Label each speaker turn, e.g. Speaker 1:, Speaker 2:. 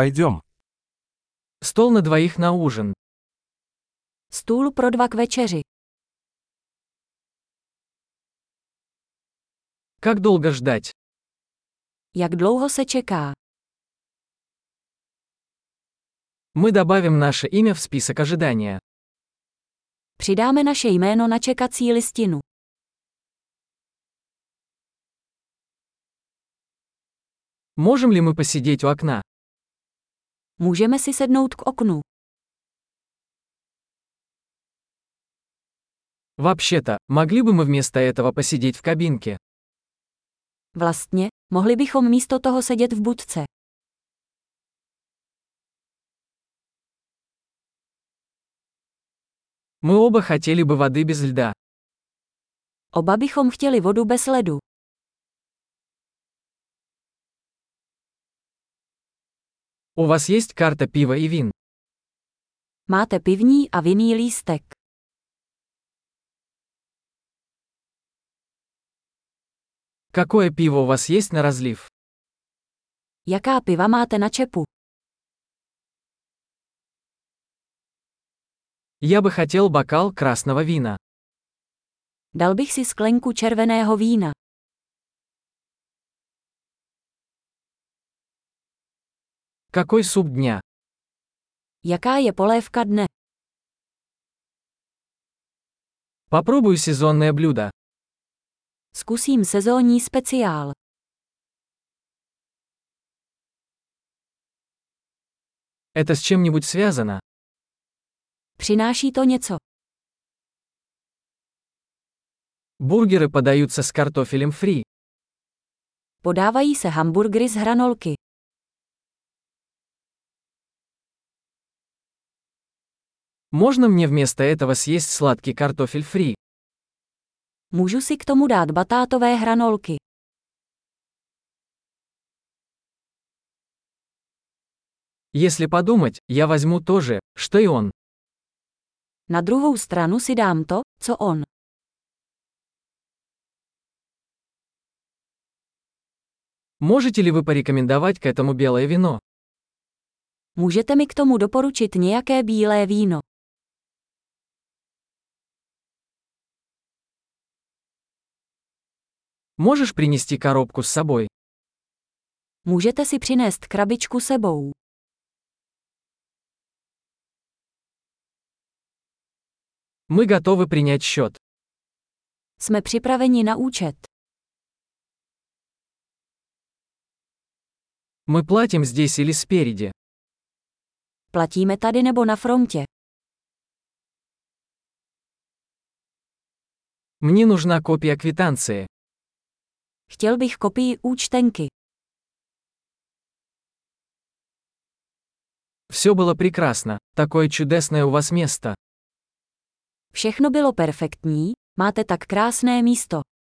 Speaker 1: Пойдем.
Speaker 2: Стол на двоих на ужин.
Speaker 3: Stůl pro dva k večeři.
Speaker 2: Как долго ждать?
Speaker 3: Jak dlouho se čeká?
Speaker 2: Мы добавим наше имя в список ожидания.
Speaker 3: Přidáme naše jméno na čekací listinu.
Speaker 2: Можем ли мы посидеть у окна?
Speaker 3: Můžeme si sednout k oknu.
Speaker 2: Вообще-то, могли бы мы вместо этого посидеть в кабинке?
Speaker 3: Vlastně, mohli bychom místo toho sedět v budce.
Speaker 2: Мы оба хотели бы воды без льда.
Speaker 3: Oba bychom chtěli vodu bez ledu.
Speaker 2: У вас есть карта пива и вин?
Speaker 3: Máte pivní a vinný lístek.
Speaker 2: Какое пиво у вас есть на разлив?
Speaker 3: Jaká piva máte na čepu?
Speaker 2: Я бы хотел бокал красного вина.
Speaker 3: Dal bych si sklenku červeného vína.
Speaker 2: Какой суп дня?
Speaker 3: Jaká je polévka dne?
Speaker 2: Попробую сезонное блюдо.
Speaker 3: Zkusím sezónní speciál.
Speaker 2: Это с чем-нибудь связано?
Speaker 3: Přináší to něco.
Speaker 2: Бургеры подаются с картофелем фри.
Speaker 3: Podávají se hamburgery z hranolky.
Speaker 2: Можно мне вместо этого съесть сладкий картофель фри?
Speaker 3: Můžu si k tomu dát batátové hranolky.
Speaker 2: Если подумать, я возьму то же, что и он.
Speaker 3: Na druhou stranu si dám to, co on.
Speaker 2: Можете ли вы порекомендовать к этому белое вино?
Speaker 3: Můžete mi k tomu doporučit nějaké bílé víno.
Speaker 2: Можешь принести коробку с собой?
Speaker 3: Můžete si přinést krabičku sebou.
Speaker 2: Мы готовы принять счет.
Speaker 3: Jsme připraveni na účet.
Speaker 2: Мы платим здесь или спереди.
Speaker 3: Platíme tady nebo na frontě.
Speaker 2: Мне нужна копия квитанции.
Speaker 3: Chtěl bych kopii účtenky.
Speaker 2: Все было прекрасно. Такое чудесное у вас место.
Speaker 3: Všechno bylo perfektní, máte tak krásné místo.